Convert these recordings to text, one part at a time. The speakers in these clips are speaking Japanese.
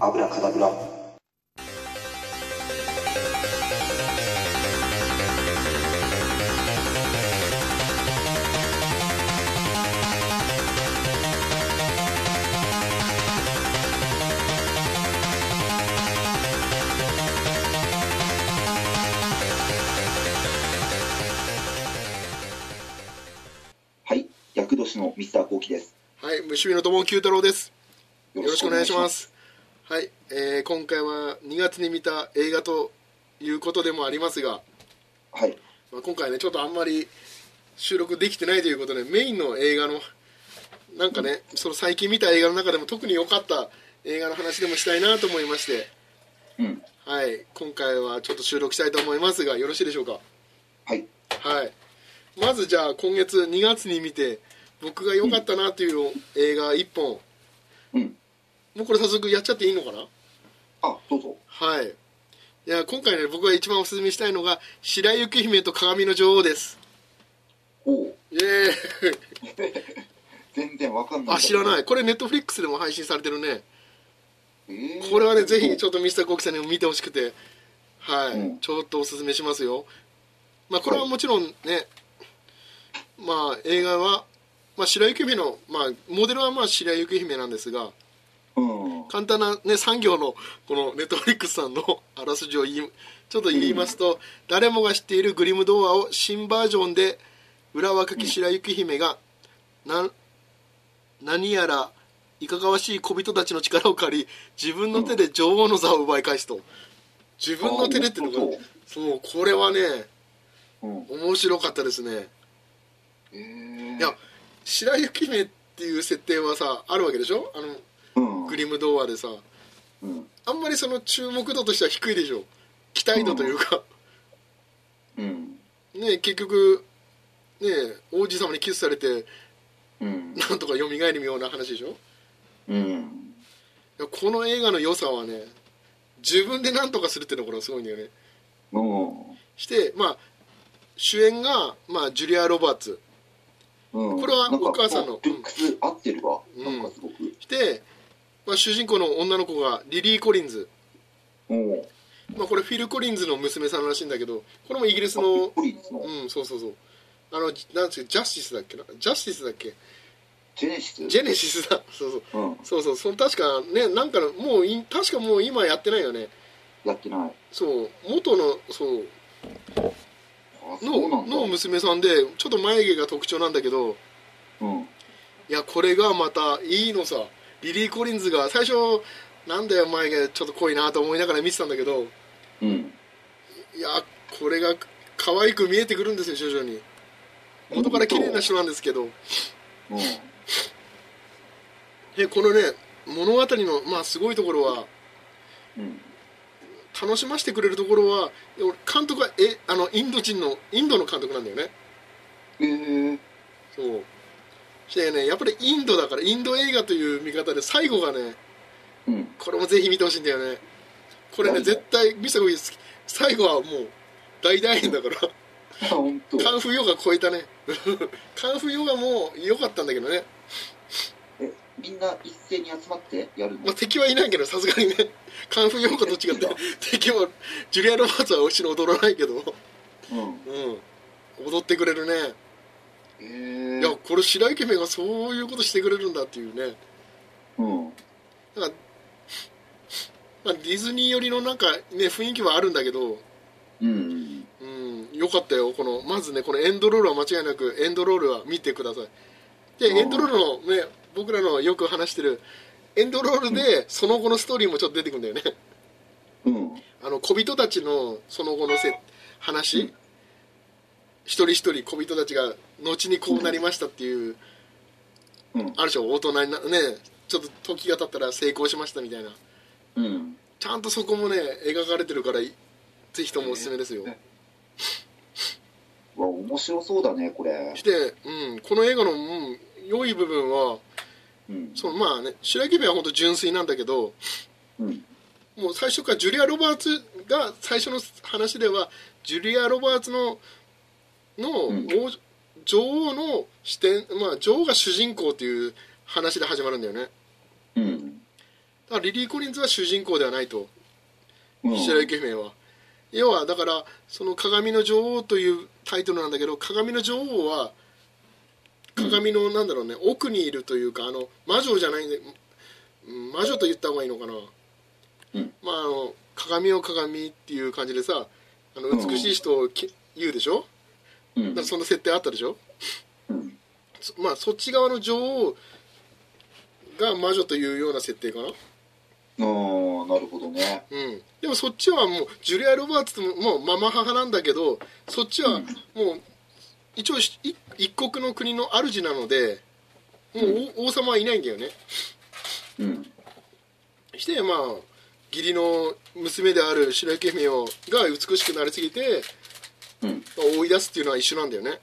アブラカダブラはい厄年のミスターコウキですはい、虫見の友九太郎です。よろしくお願いしますす。はい、えー今回は2月に見た映画ということでもありますが、はいまあ、今回ね、ちょっとあんまり収録できてないということで、メインの映画の、なんかね、その最近見た映画の中でも特に良かった映画の話でもしたいなと思いまして、うんはい、今回はちょっと収録したいと思いますが、よろしいでしょうか。はいはい、まずじゃあ今月2月に見て僕が良かったなという映画1本、うんもうこれ早速やっちゃっていいのかなあどうぞはいいや今回ね僕が一番おすすめしたいのが「白雪姫と鏡の女王」ですおおイエーイ全然わかんないあ知らないいこれネットフリックスでも配信されてるねえーこれはねぜひちょっとミスターコウキさんにも見てほしくてはい、うんちょっとおすすめしますよまあこれはもちろんね、まあ映画は、まあ、白雪姫の、まあ、モデルはまあ白雪姫なんですがうん簡単な、ね、産業のこのネットフリックスさんのあらすじを言いちょっと言いますと、誰もが知っているグリム童話を新バージョンで裏若き白雪姫が、なん何やらいかがわしい小人たちの力を借り自分の手で女王の座を奪い返すと自分の手でっていうのがあそうこれはねうん面白かったですねえーいや白雪姫っていう設定はさあるわけでしょあのうんグリム童話でさうんあんまりその注目度としては低いでしょ期待度というか、うんね結局ね王子様にキスされてうんなんとか蘇るような話でしょういんやこの映画の良さはね自分で何とかするっていうのがこれはすごいんだよねうんしてまあ主演が、まあ、ジュリア・ロバーツここれはお母さんのルックス合ってるわ、うんなんかすごくして、まあ、主人公の女の子がリリー・コリンズ、うんあまあ、これフィル・コリンズの娘さんらしいんだけどこれもイギリスビッのグコリンズのうんそうそうそうあのなんつうジャスティスだっけなジャスティスだっけジェネシスジェネシスだそうそううんそうそうその確かねなんかのもうい確かもう今やってないよねやってないそう元のそうあそうなのんだの娘さんでちょっと眉毛が特徴なんだけどうんいやこれがまたいいのさリリー・コリンズが最初なんだよ眉毛ちょっと濃いなと思いながら見てたんだけどうんいやこれが可愛く見えてくるんですよ徐々に元から綺麗な人なんですけうどんでこのね物語のまあすごいところはうん楽しませてくれるところは俺監督はえあのインド人のインドの監督なんだよねえー、そうしてねやっぱりインドだからインド映画という見方で最後がねうん これもぜひ見てほしいんだよねこれね何絶対見せた方がいいです最後はもう大大変だからあ本当カンフーヨガ超えたね カンフーヨガも良かったんだけどね、えみんな一斉に集まってやるのまあ、敵はいないけどさすがにねカンフーヨガと違って敵はジュリア・ロバーツは後ろ踊らないけどうんうん踊ってくれるねえいー、やこれ白雪姫がそういうことしてくれるんだっていうねうんなんか、まあ、ディズニー寄りのなんかね雰囲気はあるんだけどうんうんよかったよこのまずねこのエンドロールは間違いなくエンドロールは見てくださいでうんエンドロールのね僕らのよく話してるエンドロールでその後のストーリーもちょっと出てくるんだよね うんあの小人たちのその後のせ話、うん一人一人小人たちが後にこうなりましたっていう、うんある種大人になねちょっと時が経ったら成功しましたみたいなうんちゃんとそこもね描かれてるからいぜひともおすすめですよ、ねわ面白そうだねこれして、うん、この映画の、うん、良い部分はうんそのまあね白雪姫は本当純粋なんだけどうんもう最初からジュリア・ロバーツが最初の話ではジュリア・ロバーツのの、うん王女王の視点、まあ、女王が主人公っていう話で始まるんだよねうんだからリリー・コリンズは主人公ではないとうん白雪姫は要はだからその「鏡の女王」というタイトルなんだけど鏡の女王は鏡のなんだろうね奥にいるというかあの魔女じゃないんでうん魔女と言った方がいいのかな、うんまああの鏡を鏡っていう感じでさあの美しい人をき言うでしょうんだからその設定あったでしょうんそまあそっち側の女王が魔女というような設定かなあーなるほどねうん、でもそっちはもうジュリア・ロバーツとももうママ母なんだけどそっちはもう一応しい一国の国の主なのでもう王王様はいないんだよねうんしてまあ義理の娘である白雪姫をが美しくなりすぎてうんまあ追い出すっていうのは一緒なんだよね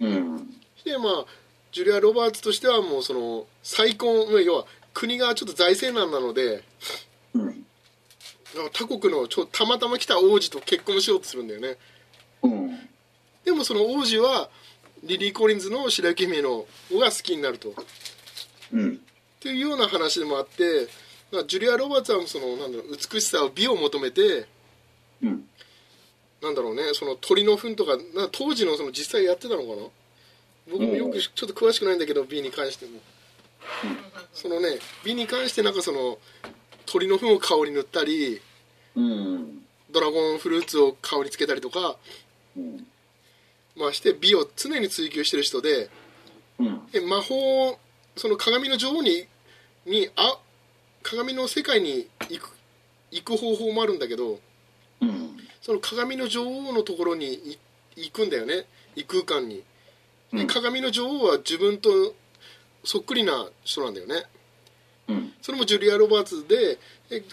うんしてまあジュリア・ロバーツとしてはもうその再婚要は国がちょっと財政難なのでうんなんか他国のちょたまたま来た王子と結婚しようとするんだよねうんでもその王子はリリー・コリンズの白雪姫の方が好きになるとっうんていうような話でもあってまあジュリア・ロバーツはそのなんだろう美しさを美を求めてうんなんだろうねその鳥の糞とかな当時のその実際やってたのかな僕もようくんちょっと詳しくないんだけど美に関しても、そのね美に関してなんかその鳥の糞を顔に塗ったりうんドラゴンフルーツを顔につけたりとか、うんまあ、して美を常に追求してる人でうんで魔法をその鏡の女王ににあ鏡の世界に行く行く方法もあるんだけどうんその鏡の女王のところにい行くんだよね異空間にうでん鏡の女王は自分とそっくりな人なんだよねうんそれもジュリア・ロバーツででで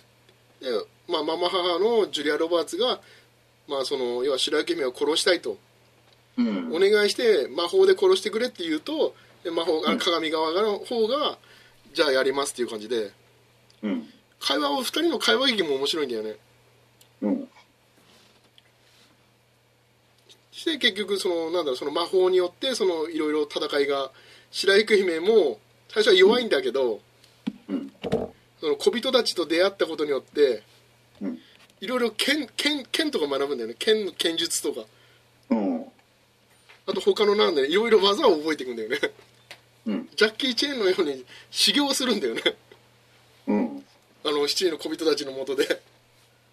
まあ、ママ母のジュリア・ロバーツが、まあ、その要は白雪姫を殺したいとうんお願いして魔法で殺してくれって言うとで魔法が鏡側の方がじゃあやりますっていう感じでうん会話を2人の会話劇も面白いんだよねうんして結局そのなんだろうその魔法によってそのいろいろ戦いが白雪姫も最初は弱いんだけど、うんその小人たちと出会ったことによってうんいろいろ剣剣剣とか学ぶんだよね剣の剣術とかうんあと他のなんだよいろいろ技を覚えていくんだよねうんジャッキー・チェーンのように修行するんだよねうんあの七人の小人たちのもとで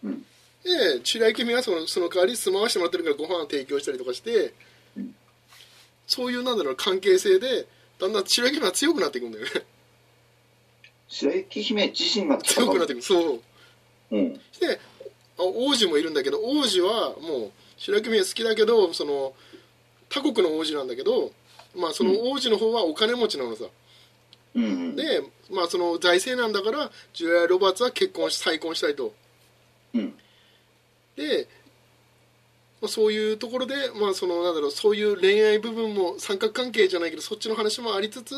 うんで白雪姫はそのその代わり住まわしてもらってるからご飯を提供したりとかして、うんそういうなんだろう関係性でだんだん白雪姫は強くなっていくんだよね白雪姫自身が強くなっていくそううんであ王子もいるんだけど王子はもう白雪姫好きだけどその他国の王子なんだけど、まあ、その王子の方はお金持ちなのさ、うんで、まあ、その財政難だからジュリア・ロバーツは結婚し再婚したいとうんで、まあ、そういうところで、まあ、そのなんだろうそういう恋愛部分も三角関係じゃないけどそっちの話もありつつ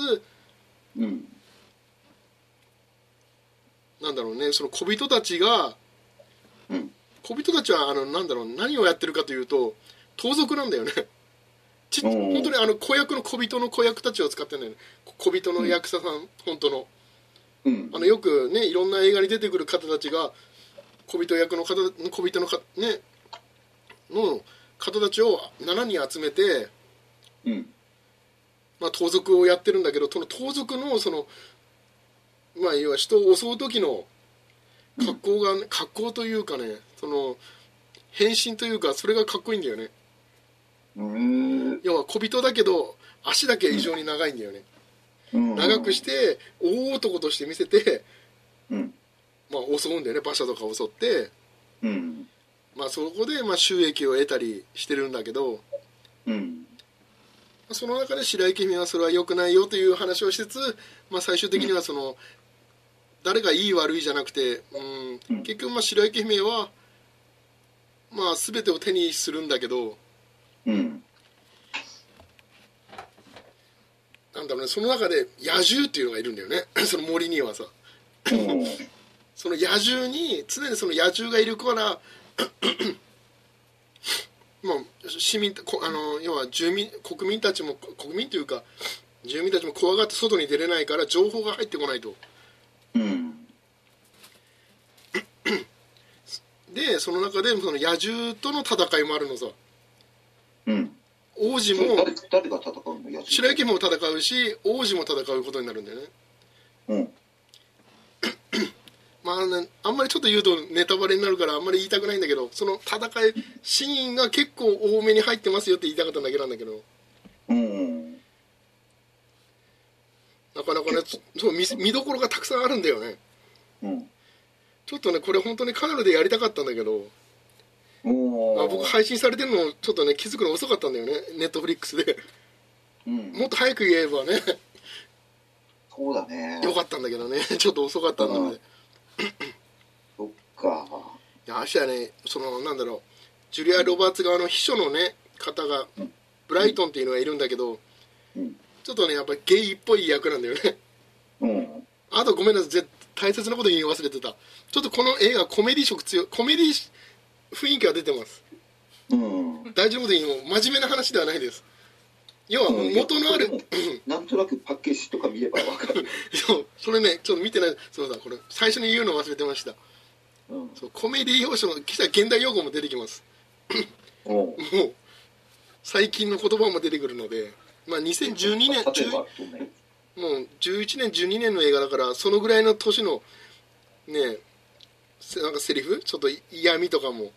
うんなんだろうねその小人たちがうん小人たちはあのなんだろう何をやってるかというと盗賊なんだよね。ちおー本当にあの子役の小人の子役たちを使ってるんだよねこ小人の役者さん、本当のうんあのよくねいろんな映画に出てくる方たちが小人役の方小人のかねの方たちを7人集めてうんまあ、盗賊をやってるんだけどその盗賊のその、まあ、要は人を襲う時の格好が、格好というかねその変身というかそれがかっこいいんだよねうん要は小人だけど足だけ異常に長いんだよね、うん長くして大男として見せて、うんまあ、襲うんだよね馬車とか襲って、うんまあ、そこでまあ収益を得たりしてるんだけどうんその中で白雪姫はそれは良くないよという話をしつつ、まあ、最終的にはその、誰がいい悪いじゃなくて、ううんん、結局まあ白雪姫は、まあ、全てを手にするんだけどうんなんだろうねその中で野獣っていうのがいるんだよね その森にはさうんその野獣に常にその野獣がいるから まあ市民こあの要は住民国民たちも国民というか住民たちも怖がって外に出れないから情報が入ってこないと。うんでその中でその野獣との戦いもあるのさうん。王子それも誰誰が戦うの野獣白雪姫も戦うし王子も戦うことになるんだよねうん。まあねあんまりちょっと言うとネタバレになるからあんまり言いたくないんだけどその戦いシーンが結構多めに入ってますよって言いたかっただけなんだけどうん。なか なかねつそう見見どころがたくさんあるんだよねうん。ちょっとねこれ本当にカナルでやりたかったんだけどおあー僕配信されてるのちょっとね気づくの遅かったんだよねネットフリックスでうん。もっと早く言えばねそうだね。よかったんだけどねちょっと遅かったのでいそっか。や明日はねそのなんだろうジュリア・ロバーツ側の秘書のね方がブライトンっていうのがいるんだけどうん。ちょっとねやっぱゲイっぽい役なんだよね うん。あとごめんなさい絶大切なこと言い忘れてたちょっとこの映画コメディ色強いコメディ雰囲気は出てますうん。大丈夫でいいの真面目な話ではないです要は元のある、うんなんとなくパッケージとか見ればわかる。そうそれねちょっと見てないそうだこれ最初に言うの忘れてましたうん。そうコメディ要素の記者現代用語も出てきますおうもう最近の言葉も出てくるのでまあ2012年例えば10どんなやつもう11年12年の映画だからそのぐらいの年のねせなんかセリフちょっと嫌味とかも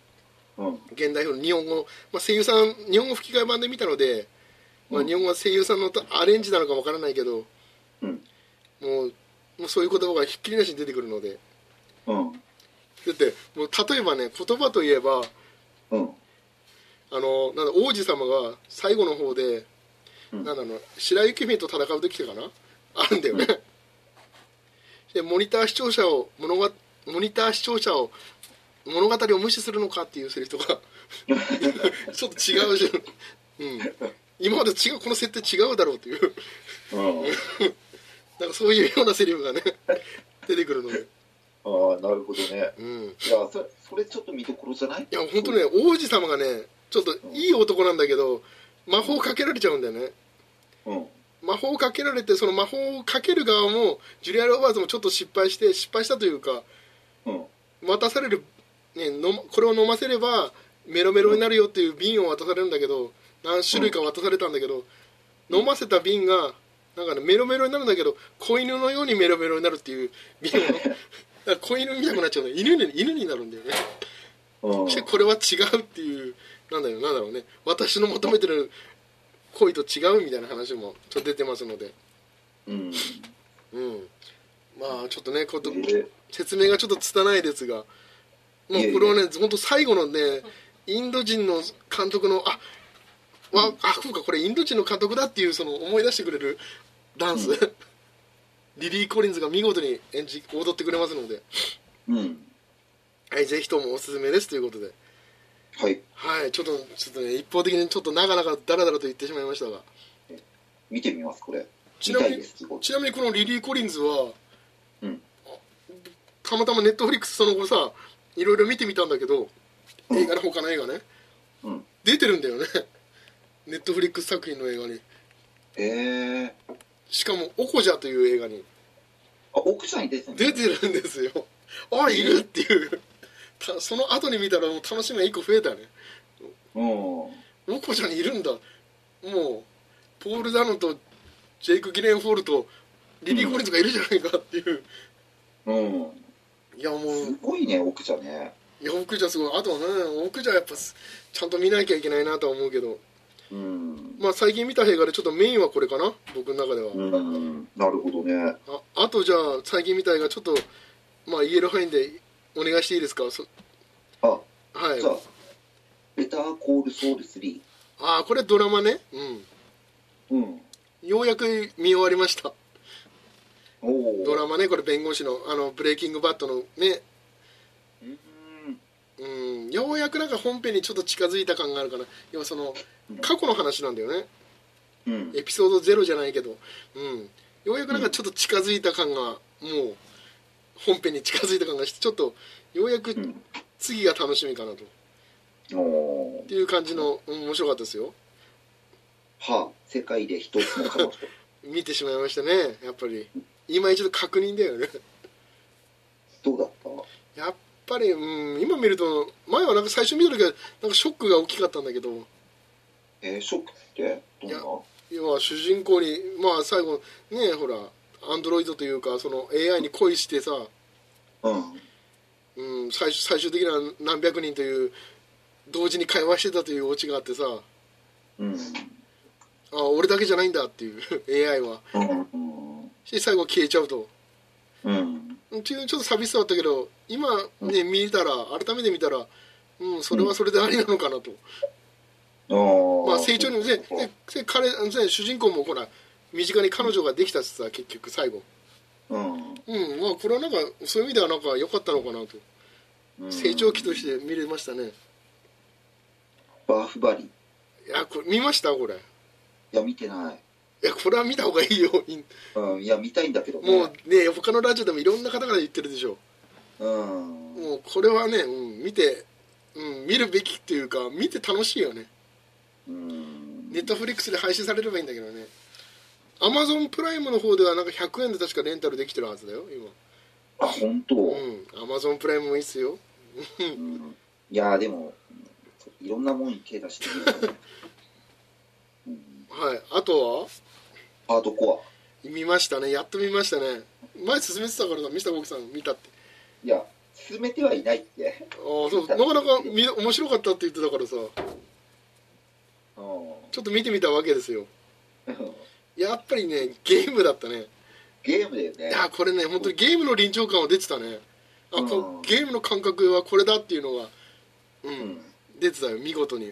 うん。現代風の日本語、まあ、声優さん日本語吹き替え版で見たので、まあ、日本語は声優さんのアレンジなのかわからないけどうん。もうもうそういう言葉がひっきりなしに出てくるのでうん。だってもう例えばね言葉といえばうん。あのなんだ王子様が最後の方で、うんなんだろう白雪姫と戦う時かなあるんだよね、でモニター視聴者を物がモニター視聴者を物語を無視するのかっていうセリフと かちょっと違うじゃん、うん、今までと違うこの設定違うだろうっていううん。なんかそういうようなセリフがね出てくるので、ああ、なるほどね。うん、いや、そそれちょっと見どころじゃないいや本当ね王子様がねちょっといい男なんだけど魔法かけられちゃうんだよねうん。魔法をかけられてその魔法をかける側もジュリア・ロバーツもちょっと失敗して失敗したというかうん。渡される、ね、飲まこれを飲ませればメロメロになるよっていう瓶を渡されるんだけど何種類か渡されたんだけど、飲ませた瓶がなんか、ね、メロメロになるんだけど子犬のようにメロメロになるっていう瓶 をだから子犬みたくなっちゃうの犬に犬になるんだよねうんそしてこれは違うっていうなんだろうなんだろうね私の求めてる恋と違うみたいな話もちょっと出てますので。うん。うん、まあちょっとねこと、え説明がちょっと拙いですがいもえいうえこれはね本当最後のねインド人の監督のあわあそうかこれインド人の監督だっていうその思い出してくれるダンス、 リリー・コリンズが見事に演じ踊ってくれますので、うん。はい、ぜひともおすすめですということで、はい。はい、ちょっとちょっとね一方的にちょっと長々ダラダラと言ってしまいましたが見てみます、これ。ち見なたみいにです、すごい。ちなみにこのリリー・コリンズはうん。たまたまネットフリックスその後さいろいろ見てみたんだけど映画の他の映画ねうん。出てるんだよね ネットフリックス作品の映画にええー。しかも「オコジャ」という映画にあ、奥さんに出てる出てるんですよあいるっていうたその後に見たらもう楽しみが1個増えたねうん。オコジャにいるんだもうポール・ダノンとジェイク・ギレンホールとリリー・コリンズがいるじゃないかっていう、うん。いやもすうごいね、奥さんね。いやオコジャすごいあとはねオコジャやっぱすちゃんと見なきゃいけないなとは思うけどうん。まあ、最近見た映画でちょっとメインはこれかな僕の中では、うん。なるほどね。ああとじゃあ最近見た映画ちょっと、まあ、言える範囲でお願いしていいですかそあ、はいじゃあ、ベターコールソウル3。ああこれドラマねううん。んようやく見終わりましたおお。ドラマねこれ弁護士のあのブレイキングバットのねうん。うんようやくなんか本編にちょっと近づいた感があるかな要はその過去の話なんだよねうん。エピソードゼロじゃないけどうんようやくなんかちょっと近づいた感がもう本編に近づいた感がしてちょっとようやくうん。次が楽しみかなとっおおて。いう感じのうん面白かったですよはあ、世界で一つの彼 女。見てしまいましたねやっぱり今一度確認だよねどうだった やっぱり、うん、今見ると前はなんか最初見た時はなんかショックが大きかったんだけどえー、ショックってどんな要は主人公にまあ最後ねほらアンドロイドというかその AI に恋してさ、うんうん、最終最終的には何百人という同時に会話してたというオチがあってさうんあ俺だけじゃないんだっていう AI はうんし最後消えちゃうとうんうんっていうちょっと寂しさだったけど今ね見たら改めて見たら、うん、それはそれでありなのかなと、あーまあ、成長にもででそうかで彼で主人公もほら身近に彼女ができたしさ結局最後うんうんまあこれはなんかそういう意味ではなんか良かったのかなとうん成長期として見れましたねバーフバリいいやこれ見ましたこれいや見てない、やこれは見た方がいいようん、いや見たいんだけどねもうね他のラジオでもいろんな方が言ってるでしょうんもうこれはね、うん、見て、うん、見るべきっていうか見て楽しいよねうんネットフリックスで配信されればいいんだけどねアマゾンプライムの方ではなんか100円で確かレンタルできてるはずだよあ本当、今うんアマゾンプライムもいいっすようんいやーでもいろんなもんに手出してみ るはいあとはハードコ見ましたねやっと見ましたね前進めてたからさミスターゴキさん見たってアいや進めてはいないってああそうなかなか見面白かったって言ってたからさうん ちょっと見てみたわけですよやっぱりねゲームだったねゲームだよねいやこれね本当にゲームの臨場感は出てたねあこうゲームの感覚はこれだっていうのがう、うんん出てたよ見事に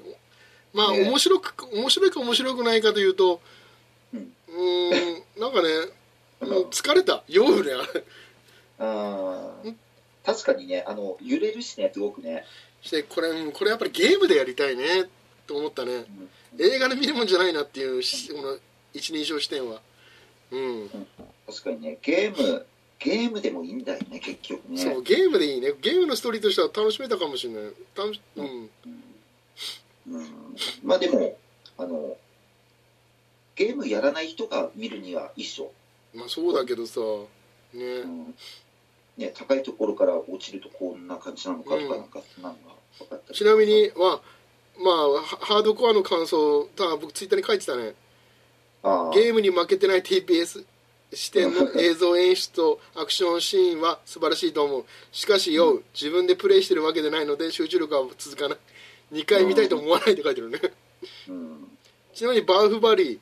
まあ、ね面白く面白いか面白くないかというとううんーんなんかねうんもう疲れた酔うねあれあー確かにねあの揺れるしねすごくねしてこれうんこれやっぱりゲームでやりたいねと思ったねん映画で見るもんじゃないなっていうしこの一人称視点はうん確かにねゲームゲームでもいいんだよね結局ねそうゲームでいいねゲームのストーリーとしては楽しめたかもしれない楽しうんうんまあでもあのゲームやらない人が見るには一緒、まあそうだけどさねうんね、高いところから落ちるとこんな感じなのかとかうんなんかそんなのが分かったりちなみにはまあはハードコアの感想ただ僕ツイッターに書いてたねああゲームに負けてない TPS 視点の映像演出とアクションシーンは素晴らしいと思うしかしよ、う自分でプレイしてるわけでないので集中力は続かない2回見たいと思わないって書いてるねうんちなみにバーフバリー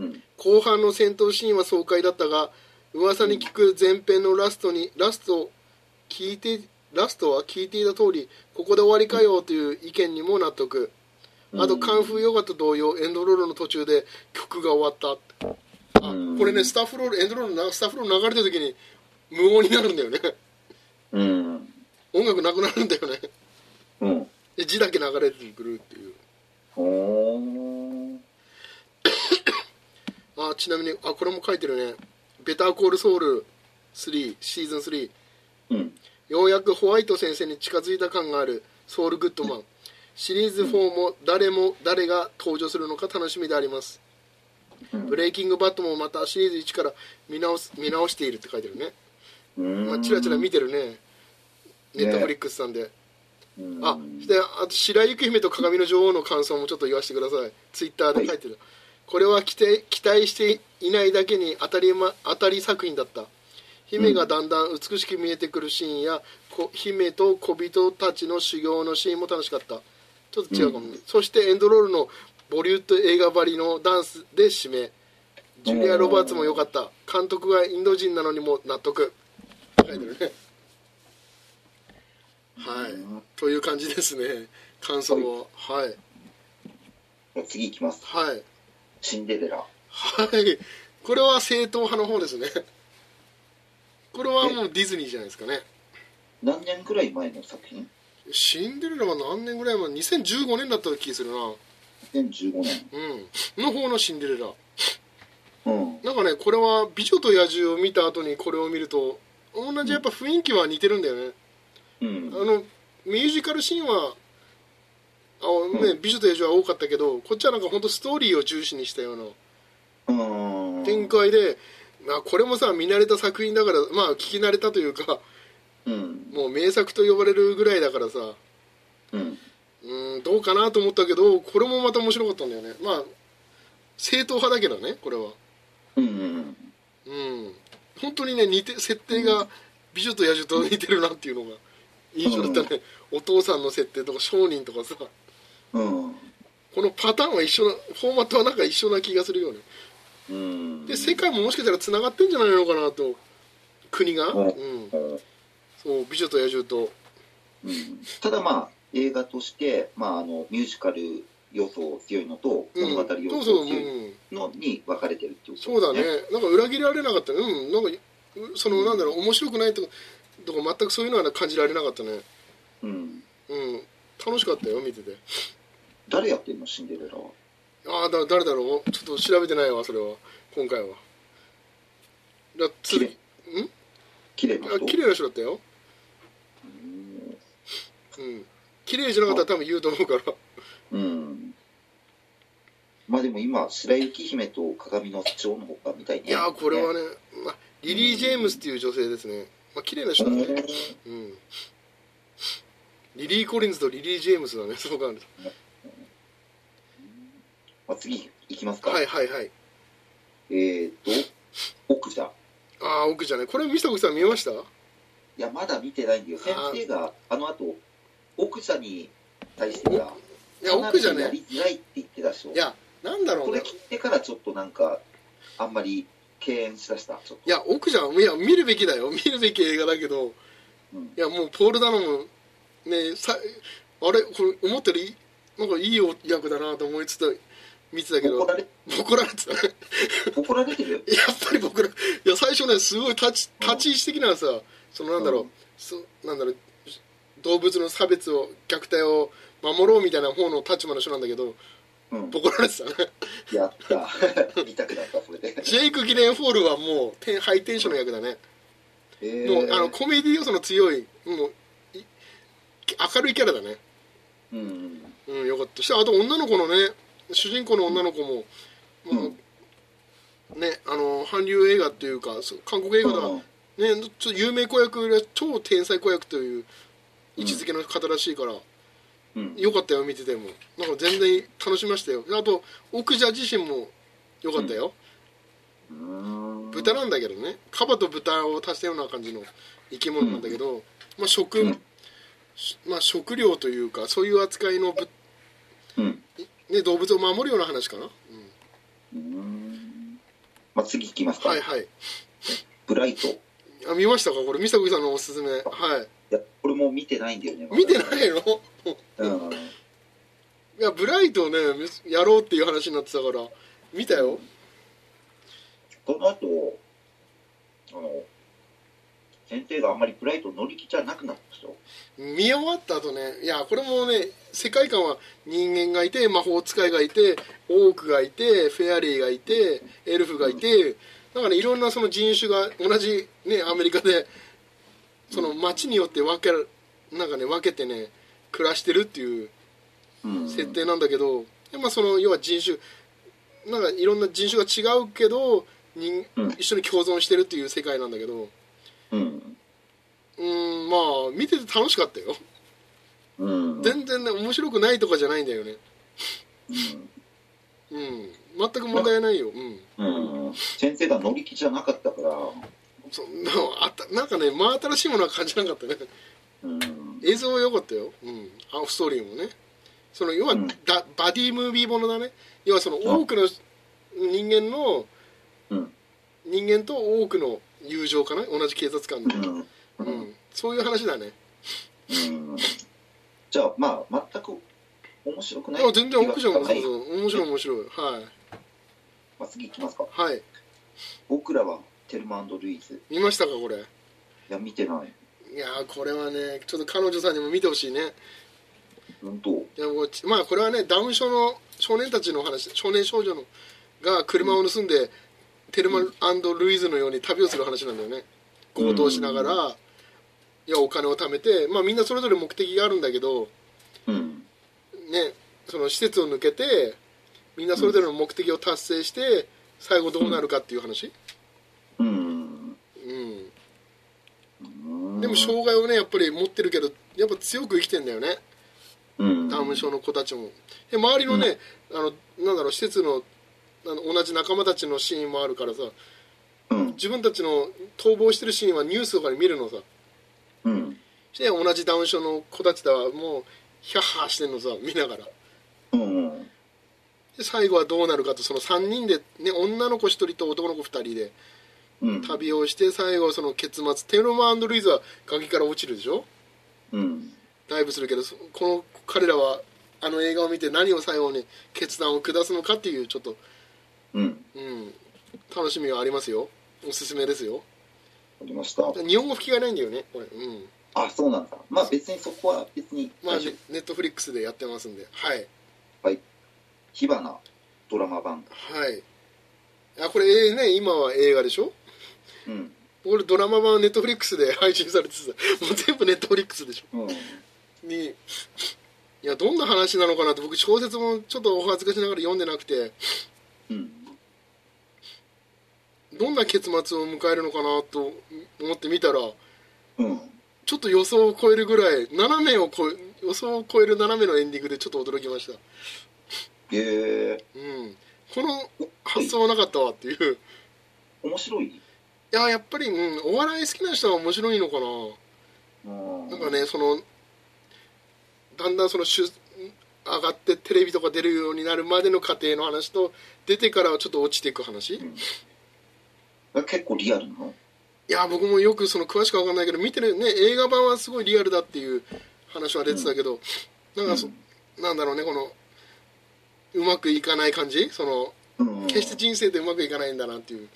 うん後半の戦闘シーンは爽快だったが噂に聞く前編のラストにラストを聞いてラストは聞いていた通りここで終わりかよという意見にも納得あとカンフーヨガと同様エンドロールの途中で曲が終わったあうんこれねスタッフロールエンドロールなスタッフロール流れてる時に無音になるんだよねうん音楽なくなるんだよねうんで字だけ流れてくるっていうおーあちなみにあこれも書いてるね「ベターコールソウル3シーズン3」うんようやくホワイト先生に近づいた感があるソウルグッドマンシリーズ4も誰も誰が登場するのか楽しみでありますうんブレイキングバットもまたシリーズ1から見直す見直しているって書いてるね、うんまあ、チラチラ見てるねネットフリックスさんで、うんあであと白雪姫と鏡の女王の感想もちょっと言わせてくださいツイッターで書いてる、これは期待期待していないだけに当たり,、ま、当たり作品だった姫がだんだん美しく見えてくるシーンや、こ姫と小人たちの修行のシーンも楽しかったちょっと違うかもね、そしてエンドロールのボリュッド映画ばりのダンスで締めジュリア・ロバーツも良かった監督がインド人なのにも納得書いてるねはいという感じですね感想をはいじゃあ次行きますはいシンデレラはいこれは正統派の方ですねこれはもうディズニーじゃないですかね何年くらい前の作品シンデレラは何年ぐらい前2015年だった気するな2015年うんの方のシンデレラうんなんかねこれは「美女と野獣」を見た後にこれを見ると同じやっぱ雰囲気は似てるんだよねうんあのミュージカルシーンはあ、ね美女と野獣」は多かったけどこっちはなんか本当ストーリーを重視にしたようなうん展開で、まあ、これもさ見慣れた作品だからまあ聞き慣れたというかうんもう名作と呼ばれるぐらいだからさうんうーんどうかなと思ったけどこれもまた面白かったんだよねまあ正統派だけどねこれはうんうんうん本当にね似て設定が「美女と野獣」と似てるなっていうのが印象だったね、お父さんの設定とか商人とかさこうんのパターンは一緒なフォーマットはなんか一緒な気がするよねうんで世界ももしかしたら繋がってんじゃないのかなと国が、うんうん、そう「美女と野獣」とうんただまあ映画として、まあ、あのミュージカル要素強いのとう物ん、語そ要うそ素う、う強いん、のに分かれてるってことそうだねなんか裏切られなかったねうんなんかうそのなんだろう面白くないとことか全くそういうのは感じられなかったねうんうん楽しかったよ見てて誰やってんのシンデレラはああだ誰だろうちょっと調べてないわそれは今回はだ綺次麗綺麗なあ人綺麗な人だったようんうん綺麗じゃなかったら多分言うと思うからうんまあでも今白雪姫と鏡の女王のほかみたいねいやーこれはね、まあ、リリー・ジェームスっていう女性ですねまあ綺麗な人だねうんリリー・コリンズとリリー・ジェームスだねそう考えるまあ、次いきますとか、はいはいはいえーと奥じゃんああ奥じゃないこれミサコさん見ましたいやまだ見てないんだよ先生があのあと奥じゃに対してはいや奥じゃかなねりやりづらいって言ってたでしょいやなんだろこうれね聞いてからちょっとなんかあんまり敬遠しだしたちょっといや奥じゃんいや見るべきだよ見るべき映画だけどうんいやもうポール・ダノムねさあれこれ思ったよりなんかいい役だなと思いつつ見てたけど怒られ怒られてたね怒られてる やっぱり僕らいや最初ねすごい立ち立ち位置的なさそのなんだろう、うんそなんだろう動物の差別を虐待を守ろうみたいな方の立場の人なんだけどうん怒られてたねやった 見たくなったそれでジェイク・ギレンホールはもうてんハイテンションの役だね、えーもうあのコメディ要素の強いもうい明るいキャラだねうんうんうん、よかった。そしてあと女の子のね、主人公の女の子も、うんもうね、あの、韓流映画っていうか、そう韓国映画だ、うんね、ちょっと有名子役よりは超天才子役という位置づけの方らしいから、うんよかったよ、見てても。なんか全然楽しみましたよ。あと、奥者自身もよかったよ。うーん豚なんだけどね、カバと豚を足したような感じの生き物なんだけど、まあ食、うんしまあ食料というか、そういう扱いのぶ、うんね、動物を守るような話かな。ううんーんまあ次いきますか、はいはい。ブライトいあ見ましたかこれ、ミサコさんのおすすめ。はい。やこれも見てないんだよね、まだ見てないの いうんや、ブライトをね、やろうっていう話になってたから、見たよ。この後あの先生があんまりブライト乗り気じゃなくなったでしょ見終わった後ね、いや、これもね、世界観は人間がいて、魔法使いがいて、オークがいて、フェアリーがいて、エルフがいて、だからね、いろんなその人種が同じね、アメリカで、その街によって分ける、なんかね、分けてね、暮らしてるっていううん設定なんだけど、でまあ、その要は人種なんかいろんな人種が違うけど人うん一緒に共存してるっていう世界なんだけどうんうーんまあ見てて楽しかったようん全然ね面白くないとかじゃないんだよねうんうん全く問題ないようんうん先生が乗り気じゃなかったから、そんなあったなんかね真新しいものは感じなかったねうん、映像は良かったよ、うん、あストーリーもねその要は、うんだバディムービーものだね要はその多くの人間のうん、人間と多くの友情かな同じ警察官のうん、う、うんん、そういう話だね。うん。じゃあ、まあ、全く面白くないでも全然奥じゃん、そうはいそう面白い面白い。はい。まあ、次行きますか。はい。僕らはテルマルイーズ。見ましたか、これ。いいや、見てない。やー、これはね、ちょっと彼女さんにも見てほしいね。本当。いや、もう、ちまあ、これはね、ダウン症の少年たちの話、少年少女のが車を盗んで、テルマルイーズのように旅をする話なんだよね。強盗しながら、いや、お金を貯めて、まあ、みんなそれぞれ目的があるんだけど、うん。ね、その施設を抜けて、みんなそれぞれの目的を達成して、最後どうなるかっていう話。うん。うんうんでも障害をねやっぱり持ってるけどやっぱ強く生きてんだよねうんダウン症の子たちもで周りのね、あのなんだろう施設のあの同じ仲間たちのシーンもあるからさうん自分たちの逃亡してるシーンはニュースとかで見るのさうんして同じダウン症の子たちだわもうヒャッハーしてんのさ見ながらうんで最後はどうなるかとその3人で、ね、女の子1人と男の子2人でうん旅をして最後その結末テロマルイズは崖から落ちるでしょうんダイブするけどそこの彼らはあの映画を見て何を最後に決断を下すのかっていうちょっと、うんうん、楽しみはありますよおすすめですよありました日本語吹きがないんだよねこれうんあそうなんだまあ別にそこは別にまあ大ね丈夫ネットフリックスでやってますんではい火花ドラマ版はいあこれ、えーね今は映画でしょうん俺ドラマ版ネットフリックスで配信されてさもう全部ネットフリックスでしょうんにいやどんな話なのかなって僕小説もちょっとお恥ずかしながら読んでなくてうんどんな結末を迎えるのかなと思ってみたらうんちょっと予想を超えるぐらい斜めを超え予想を超える斜めのエンディングでちょっと驚きましたへえうんこの発想はなかったわっていうい面白いややっぱり、うん、お笑い好きな人は面白いのかうんななんかねそのだんだんそのしゅ上がってテレビとか出るようになるまでの過程の話と出てからはちょっと落ちていく話結構リアルなのいや僕もよくその詳しくわかんないけど見てるね映画版はすごいリアルだっていう話は出てたけど、なんかそ、なんだろうねこのうまくいかない感じそのうん決して人生でうまくいかないんだなっていう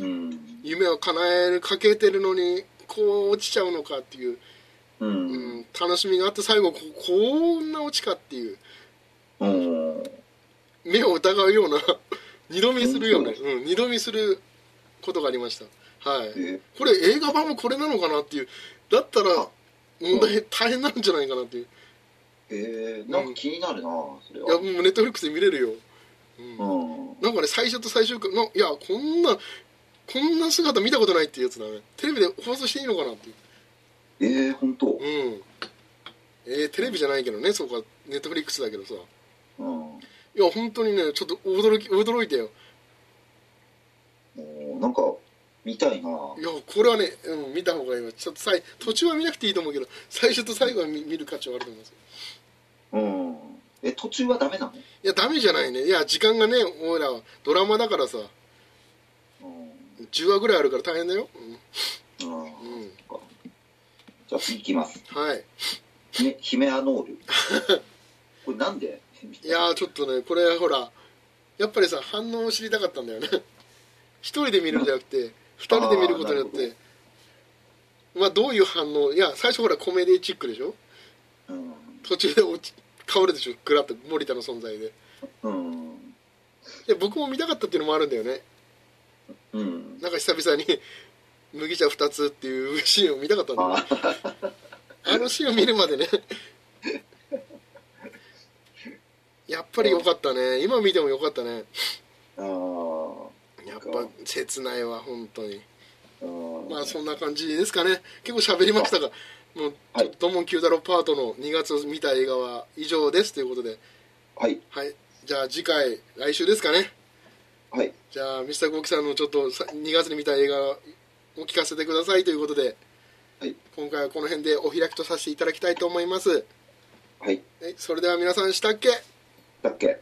うん夢を叶えるかけてるのにこう落ちちゃうのかっていう、ううんん、楽しみがあって最後ここんな落ちかっていううん目を疑うような 二度見するよね、うん、二度見することがありましたはい。えこれ映画版もこれなのかなっていうだったら問題大変なんじゃないかなっていうえなんか気になるなそれいやはもうネットフリックスで見れるよ、うんうんなんかね最初と最終回のいやこんなこんな姿見たことないっていうやつだねテレビで放送していいのかなっていうええ本当うんえー、テレビじゃないけどねそうかネットフリックスだけどさいうんや本当にねちょっと驚き驚いたよおーなんか見たいないやこれはね、うん、見た方がいいわちょっとさい途中は見なくていいと思うけど最初と最後は見見る価値はあると思いますうんえ途中はダメなのいやダメじゃないねいや時間がね俺らはドラマだからさうん10話ぐらいあるから大変だよ、うんうんうんじゃあ次いきますはいねヒメアノー ルこれなんでいやーちょっとねこれほらやっぱりさ反応を知りたかったんだよね 一人で見るんじゃなくて二人で見ることによっなてまあどういう反応いや最初ほらコメディチックでしょうん途中で落ち倒れてしょグラッと森田の存在でうんで僕も見たかったっていうのもあるんだよねうんなんか久々に麦茶2つっていうシーンを見たかったんだよねあーあのシーンを見るまでねやっぱり良かったね今見ても良かったねあーやっぱ切ないわ本当にあーまあそんな感じですかね結構喋りましたがもうは「いドモン九太郎パート」の2月を見た映画は以上ですということではいはいじゃあ次回来週ですかねはいじゃあミスターコウキさんのちょっとさ2月に見た映画を聞かせてくださいということで、はい今回はこの辺でお開きとさせていただきたいと思いますはいはいそれでは皆さんしたっけだっけ